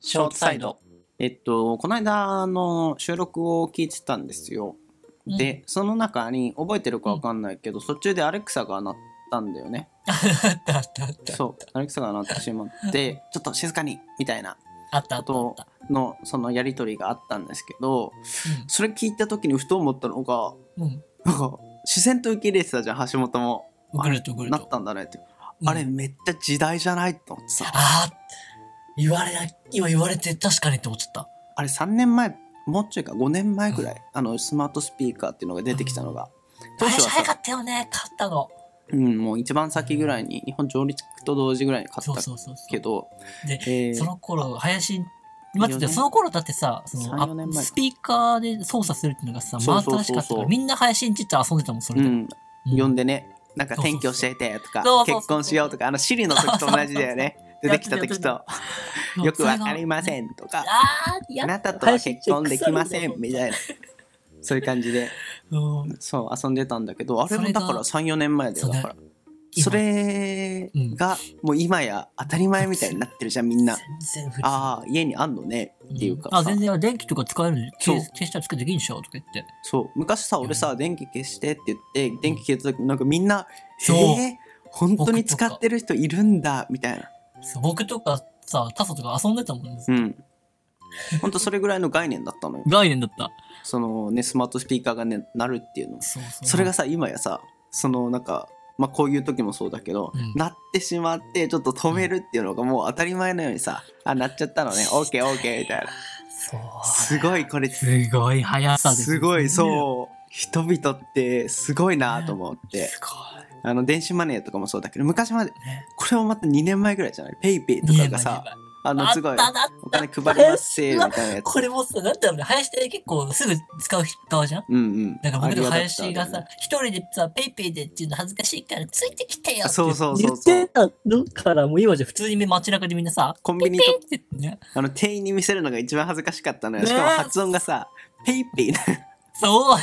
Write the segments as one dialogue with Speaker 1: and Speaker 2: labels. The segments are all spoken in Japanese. Speaker 1: ショートサイド。
Speaker 2: えっと、この間の収録を聞いてたんですよ。で、その中に覚えてるかわかんないけど、途中でアレクサが鳴ったんだよね。
Speaker 1: あったあったあった。
Speaker 2: そう、アレクサが鳴ってしまって、ちょっと静かにみたいな
Speaker 1: あったあったあっ
Speaker 2: こ
Speaker 1: た。
Speaker 2: とのそのやりとりがあったんですけど、
Speaker 1: うん
Speaker 2: それ聞いた時にふと思ったのが、
Speaker 1: うん。
Speaker 2: なんか自然と受け入れてたじゃん、橋本も。
Speaker 1: ぐるっとぐる
Speaker 2: な
Speaker 1: っ
Speaker 2: っ
Speaker 1: と。
Speaker 2: たんだねって。
Speaker 1: うん
Speaker 2: あれ、めっちゃ時代じゃないと思ってさ。
Speaker 1: ああ言われな、今言われて確かにって思っちゃった。
Speaker 2: あれ3年前もうちょいか5年前ぐらい、あのスマートスピーカーっていうのが出てきたのが、当
Speaker 1: あれ
Speaker 2: 初は
Speaker 1: 早か
Speaker 2: さ、
Speaker 1: ったよね、買ったの。
Speaker 2: うん、もう一番先ぐらいに日本上陸と同時ぐらいに買
Speaker 1: そ
Speaker 2: っ
Speaker 1: う
Speaker 2: た
Speaker 1: そうそうそう。
Speaker 2: けど
Speaker 1: で
Speaker 2: えー
Speaker 1: その頃、林、待っ
Speaker 2: 四
Speaker 1: て
Speaker 2: 年
Speaker 1: て、その頃だってさ、その
Speaker 2: 三四
Speaker 1: あ
Speaker 2: 年前
Speaker 1: スピーカーで操作するっていうのがさ、
Speaker 2: そ
Speaker 1: 真
Speaker 2: うそうそうそう
Speaker 1: 新しかったから、みんな林んちって遊んでたもん、それ
Speaker 2: う
Speaker 1: で。
Speaker 2: ん、
Speaker 1: うん
Speaker 2: 呼んでねなんか
Speaker 1: そうそうそ
Speaker 2: 転
Speaker 1: う
Speaker 2: 居しててとか
Speaker 1: そうそうそう
Speaker 2: 結婚しようとかあのシリの時と同じだよね
Speaker 1: そう
Speaker 2: 出
Speaker 1: そう
Speaker 2: てき
Speaker 1: そう
Speaker 2: た時と
Speaker 1: そう
Speaker 2: よくわかりま
Speaker 1: ん。
Speaker 2: せんとか
Speaker 1: あーいや
Speaker 2: あなたとは結婚できませんみたいなそういう感じで
Speaker 1: うん
Speaker 2: そう遊んでたんだけどあれ
Speaker 1: そ
Speaker 2: も
Speaker 1: れ
Speaker 2: だ
Speaker 1: が
Speaker 2: から34年前だよ
Speaker 1: そう
Speaker 2: だから
Speaker 1: 今
Speaker 2: それがもう今や当たり前みたいになってるじゃんみんな
Speaker 1: 全然普通
Speaker 2: ああ家にあんのねっていうか
Speaker 1: んあ、
Speaker 2: さ、
Speaker 1: 全然電気とか使えるの消
Speaker 2: そ
Speaker 1: 消したらつけてできんでしょとか言って。
Speaker 2: そう昔さ俺さ電気消してって言って電気消えた時なんかみんな「
Speaker 1: そう
Speaker 2: えー、本当に使ってる人いるんだ」みたいな
Speaker 1: そう僕とかさ、タソとか遊んでたもんね。
Speaker 2: うん本当それぐらいの概念だった のよ
Speaker 1: 概念だった。
Speaker 2: そのねスマートスピーカーがねなるっていうの
Speaker 1: そうそう。
Speaker 2: それがさ今やさそのなんかまあこういう時もそうだけど、
Speaker 1: うん
Speaker 2: なってしまってちょっと止めるっていうのがもう当たり前のようにさあなっちゃったの ね OKOK みたいな
Speaker 1: そう、
Speaker 2: すごいこれ
Speaker 1: すごい速さです。
Speaker 2: すごいそう人々ってすごいなと思っ
Speaker 1: う
Speaker 2: て
Speaker 1: す
Speaker 2: あの電子マネーとかもそうだけど昔まで
Speaker 1: ごいね。
Speaker 2: これもまた2年前ぐらいじゃないペイペイと
Speaker 1: 見
Speaker 2: か
Speaker 1: え
Speaker 2: が
Speaker 1: ば
Speaker 2: さ
Speaker 1: 見えば
Speaker 2: あのすごい
Speaker 1: あったな
Speaker 2: お金配りますせみたいなや つ
Speaker 1: これもさ、なんだろうね、林って結構すぐ使う人側じゃん
Speaker 2: うんうん
Speaker 1: だから
Speaker 2: あ
Speaker 1: 僕
Speaker 2: り
Speaker 1: とか
Speaker 2: がたかった
Speaker 1: 林がさ、一人でさ、ペイペイでっていうの恥ずかしいから、ついてきてよって
Speaker 2: そうそうそうそう
Speaker 1: 言ってたのから、もう今じゃ普通に街中でみんなさ、
Speaker 2: コンビニ
Speaker 1: ペ
Speaker 2: と
Speaker 1: イペイってね。
Speaker 2: あの店員に見せるのが一番恥ずかしかったのよ
Speaker 1: ね
Speaker 2: しかも発音がさペイペイ な
Speaker 1: そう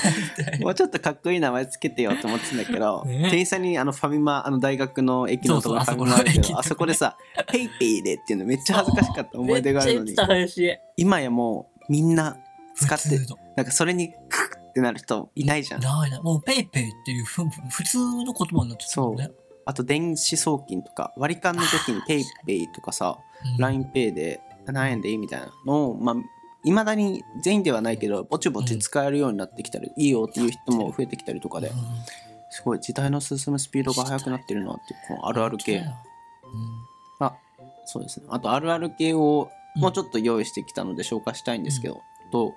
Speaker 2: もうちょっとかっこいい名前つけてよと思ってんだけど
Speaker 1: ね
Speaker 2: 店員さんにあのファミマあの大学の駅のところのフ
Speaker 1: そう
Speaker 2: ァ
Speaker 1: そう
Speaker 2: ミマあるけ
Speaker 1: あそこの駅
Speaker 2: ど
Speaker 1: の
Speaker 2: あそこでさペイペイでっていうのめっちゃ恥ずかしかった思い出があるの
Speaker 1: めっ
Speaker 2: に
Speaker 1: ちゃ言って
Speaker 2: 今やもうみんな使
Speaker 1: た、
Speaker 2: っ
Speaker 1: 林。
Speaker 2: て
Speaker 1: 普通の
Speaker 2: なんかそれにクッってなる人いないじゃん
Speaker 1: ないな。もうペイペイっていうふ普通の言葉になっちゃったもんね。
Speaker 2: あと電子送金とか割り勘の時に PayPay とかさ
Speaker 1: うん
Speaker 2: LINEPay で7円でいいみたいなのをまあいまだに全員ではないけどぼちぼち使えるようになってきたり、いいよっていう人も増えてきたりとかで
Speaker 1: うん
Speaker 2: すごい時代の進むスピードが速くなってるなっていうこのあるある系
Speaker 1: うん
Speaker 2: そうですねあとあるある系を
Speaker 1: うん
Speaker 2: もうちょっと用意してきたので紹介したいんですけど、と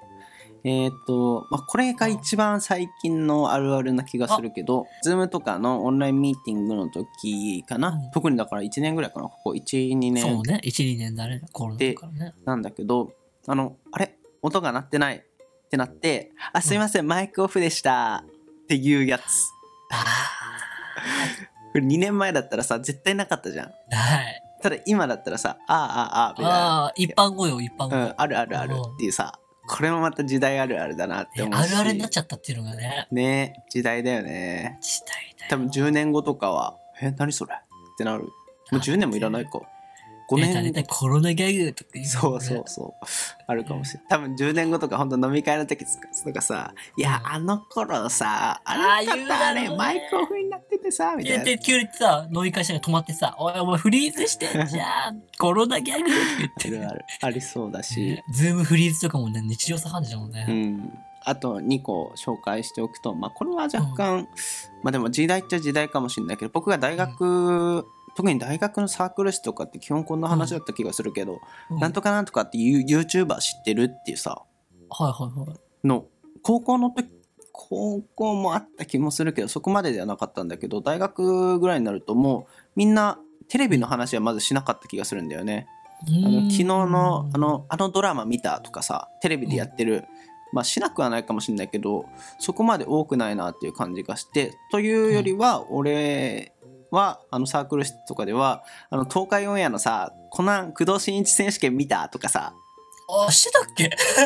Speaker 2: えっ、と、まあ、これが一番最近のあるあるな気がするけど Zoom とかのオンラインミーティングの時かな、
Speaker 1: うん
Speaker 2: 特にだから1年ぐらいかなここ12
Speaker 1: そう
Speaker 2: 年
Speaker 1: ね。1、2年だね。コロナだからね。
Speaker 2: なんだけどあのあれ音が鳴ってないってなって「あすいません、マイクオフでした」っていうやつこれ2年前だったらさ絶対なかったじゃん
Speaker 1: はい。
Speaker 2: ただ今だったらさ「ああああ」みたいな
Speaker 1: ああ、一般語よ、一般
Speaker 2: うん
Speaker 1: 語。、
Speaker 2: あるあるあるっていうさ、これもまた時代あるあるだなって
Speaker 1: え
Speaker 2: 思うし。
Speaker 1: あるあるになっちゃったっていうのがね。
Speaker 2: ね時代だよね。
Speaker 1: 時代だよ。
Speaker 2: 多分10年後とかは、え、何それってなる。もう10年もいらないか。5
Speaker 1: 出た
Speaker 2: 年
Speaker 1: 出たコロナギャグとか言の
Speaker 2: そ
Speaker 1: も
Speaker 2: う
Speaker 1: ね
Speaker 2: そうそう。あるかもしれない。多分10年後とか、本当飲み会の時とかさ、いや、あの頃さ、あれ
Speaker 1: あー
Speaker 2: だったあ
Speaker 1: 言うだ
Speaker 2: れ、
Speaker 1: ろうね
Speaker 2: マイクオフになっててさ、みたい
Speaker 1: で、
Speaker 2: な。
Speaker 1: で、急にさ、飲み会社が止まってさ、おい、お前フリーズしてんじゃんコロナギャグって言って
Speaker 2: あるある。ありそうだし
Speaker 1: ね。ズームフリーズとかもね、日常茶飯事だもんね。
Speaker 2: うん、あと2個紹介しておくと、まあ、これは若干、まあでも時代っちゃ時代かもしれないけど僕が大学、特に大学のサークル誌とかって基本こんな話だった気がするけど、
Speaker 1: うん
Speaker 2: なんとかなんとかっていう YouTuber 知ってるっていうさ
Speaker 1: はいはいはい。
Speaker 2: の高校の時高校もあった気もするけどそこまでではなかったんだけど大学ぐらいになるともうみんなテレビの話はまずしなかった気がするんだよね。あの昨日のあのあのドラマ見たとかさテレビでやってる、まあしなくはないかもしれないけどそこまで多くないなっていう感じがしてというよりは俺はあのサークル室とかではあの東海オンエアのさコナン工藤新一選手権見たとかさ、
Speaker 1: あ、してたっけ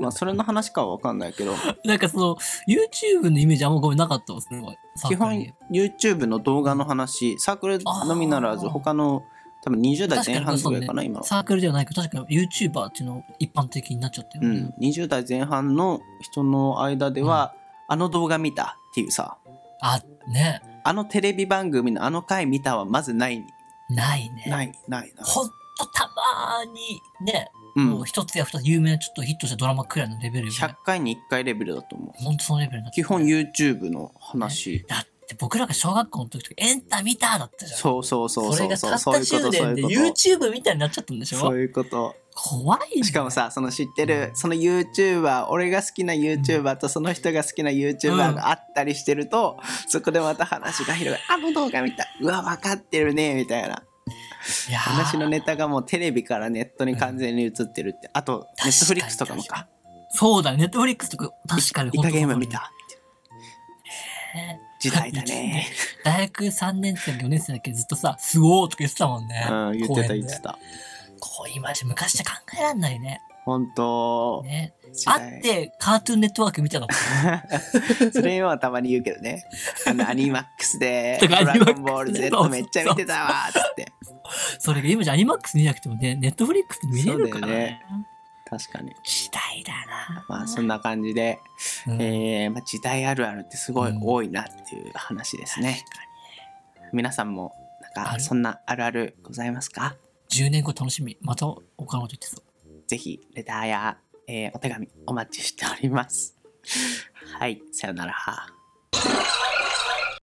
Speaker 2: まあ、それの話かは分かんない けど
Speaker 1: なんかその、YouTube のイメージあんまごめんなかったわ、すごい。
Speaker 2: 基本 YouTube の動画の話サークルのみならず
Speaker 1: あー
Speaker 2: 他の多分20代前半ぐらいかな、今は。
Speaker 1: サークルではないけど、確かに YouTuber っていうの一般的になっちゃったよ
Speaker 2: う
Speaker 1: ね。
Speaker 2: ん、20代前半の人の間では、あの動画見たっていうさ
Speaker 1: あ、ね、
Speaker 2: あのテレビ番組のあの回見たはまずない
Speaker 1: ないね。
Speaker 2: ないないな、
Speaker 1: ほんとたまーに、ね、
Speaker 2: う
Speaker 1: も
Speaker 2: ん
Speaker 1: う、一つや二つ有名なちょっとヒットしたドラマくらいのレベルよ、
Speaker 2: 100
Speaker 1: ね。
Speaker 2: 回に1回レベルだと思う
Speaker 1: ほんとそのレベルになっち
Speaker 2: 基
Speaker 1: ゃった
Speaker 2: 本 YouTube の話
Speaker 1: だって僕らが小学校の時とかエンタ見ただったじゃん。
Speaker 2: そうそうそう
Speaker 1: それ
Speaker 2: そう
Speaker 1: がた
Speaker 2: そ
Speaker 1: っ
Speaker 2: う
Speaker 1: た
Speaker 2: そういうこ
Speaker 1: 10
Speaker 2: とそう
Speaker 1: 年
Speaker 2: い
Speaker 1: で
Speaker 2: うこと
Speaker 1: YouTube みたいになっちゃったんでし
Speaker 2: そ
Speaker 1: ょ
Speaker 2: ういうこと
Speaker 1: 怖いね
Speaker 2: しかもさその知ってるその YouTuber 俺が好きな YouTuber とその人が好きな YouTuber があったりしてると、そこでまた話が広がるあの動画見たうわ分かってるねみたいない
Speaker 1: やー
Speaker 2: 話のネタがもうテレビからネットに完全に移ってるって、あと
Speaker 1: 確か
Speaker 2: ネ
Speaker 1: に
Speaker 2: ットフリックスとかもか
Speaker 1: そうだね。Netflix とか確かに
Speaker 2: イ
Speaker 1: ほん
Speaker 2: カ
Speaker 1: と
Speaker 2: ゲーム見た
Speaker 1: ね
Speaker 2: 時代だね、
Speaker 1: 大学3年生4年生だっけずっとさ、すごーとか言ってたもんね。
Speaker 2: うん、言ってた
Speaker 1: 公園
Speaker 2: 言
Speaker 1: で
Speaker 2: ってた
Speaker 1: こう今じゃ昔じゃ考えらんないね。
Speaker 2: 本当
Speaker 1: ね。
Speaker 2: 時
Speaker 1: あ
Speaker 2: 代
Speaker 1: って、カートゥーンネットワーク 見たの。
Speaker 2: それ今はたまに言うけどねあのアニマックスで「
Speaker 1: と
Speaker 2: ド
Speaker 1: か
Speaker 2: ラゴンボール
Speaker 1: アニマック
Speaker 2: Z
Speaker 1: スで
Speaker 2: めっちゃ見てたわ」っつって
Speaker 1: それが今じゃアニマックス見なくてもね、ネットフリックス見れるからね。
Speaker 2: 確かに
Speaker 1: 時代だな。
Speaker 2: まあそんな感じで、
Speaker 1: うん
Speaker 2: えーまあ、時代あるあるってすごい多いなっていう話ですね、
Speaker 1: 確か
Speaker 2: 皆さんもなん
Speaker 1: あ
Speaker 2: か
Speaker 1: る
Speaker 2: そんなあるあるございますか
Speaker 1: に10年後楽しみ。また他のこと言ってそう。
Speaker 2: ぜひレターや、えーお手紙お待ちしております。はい、さよなら。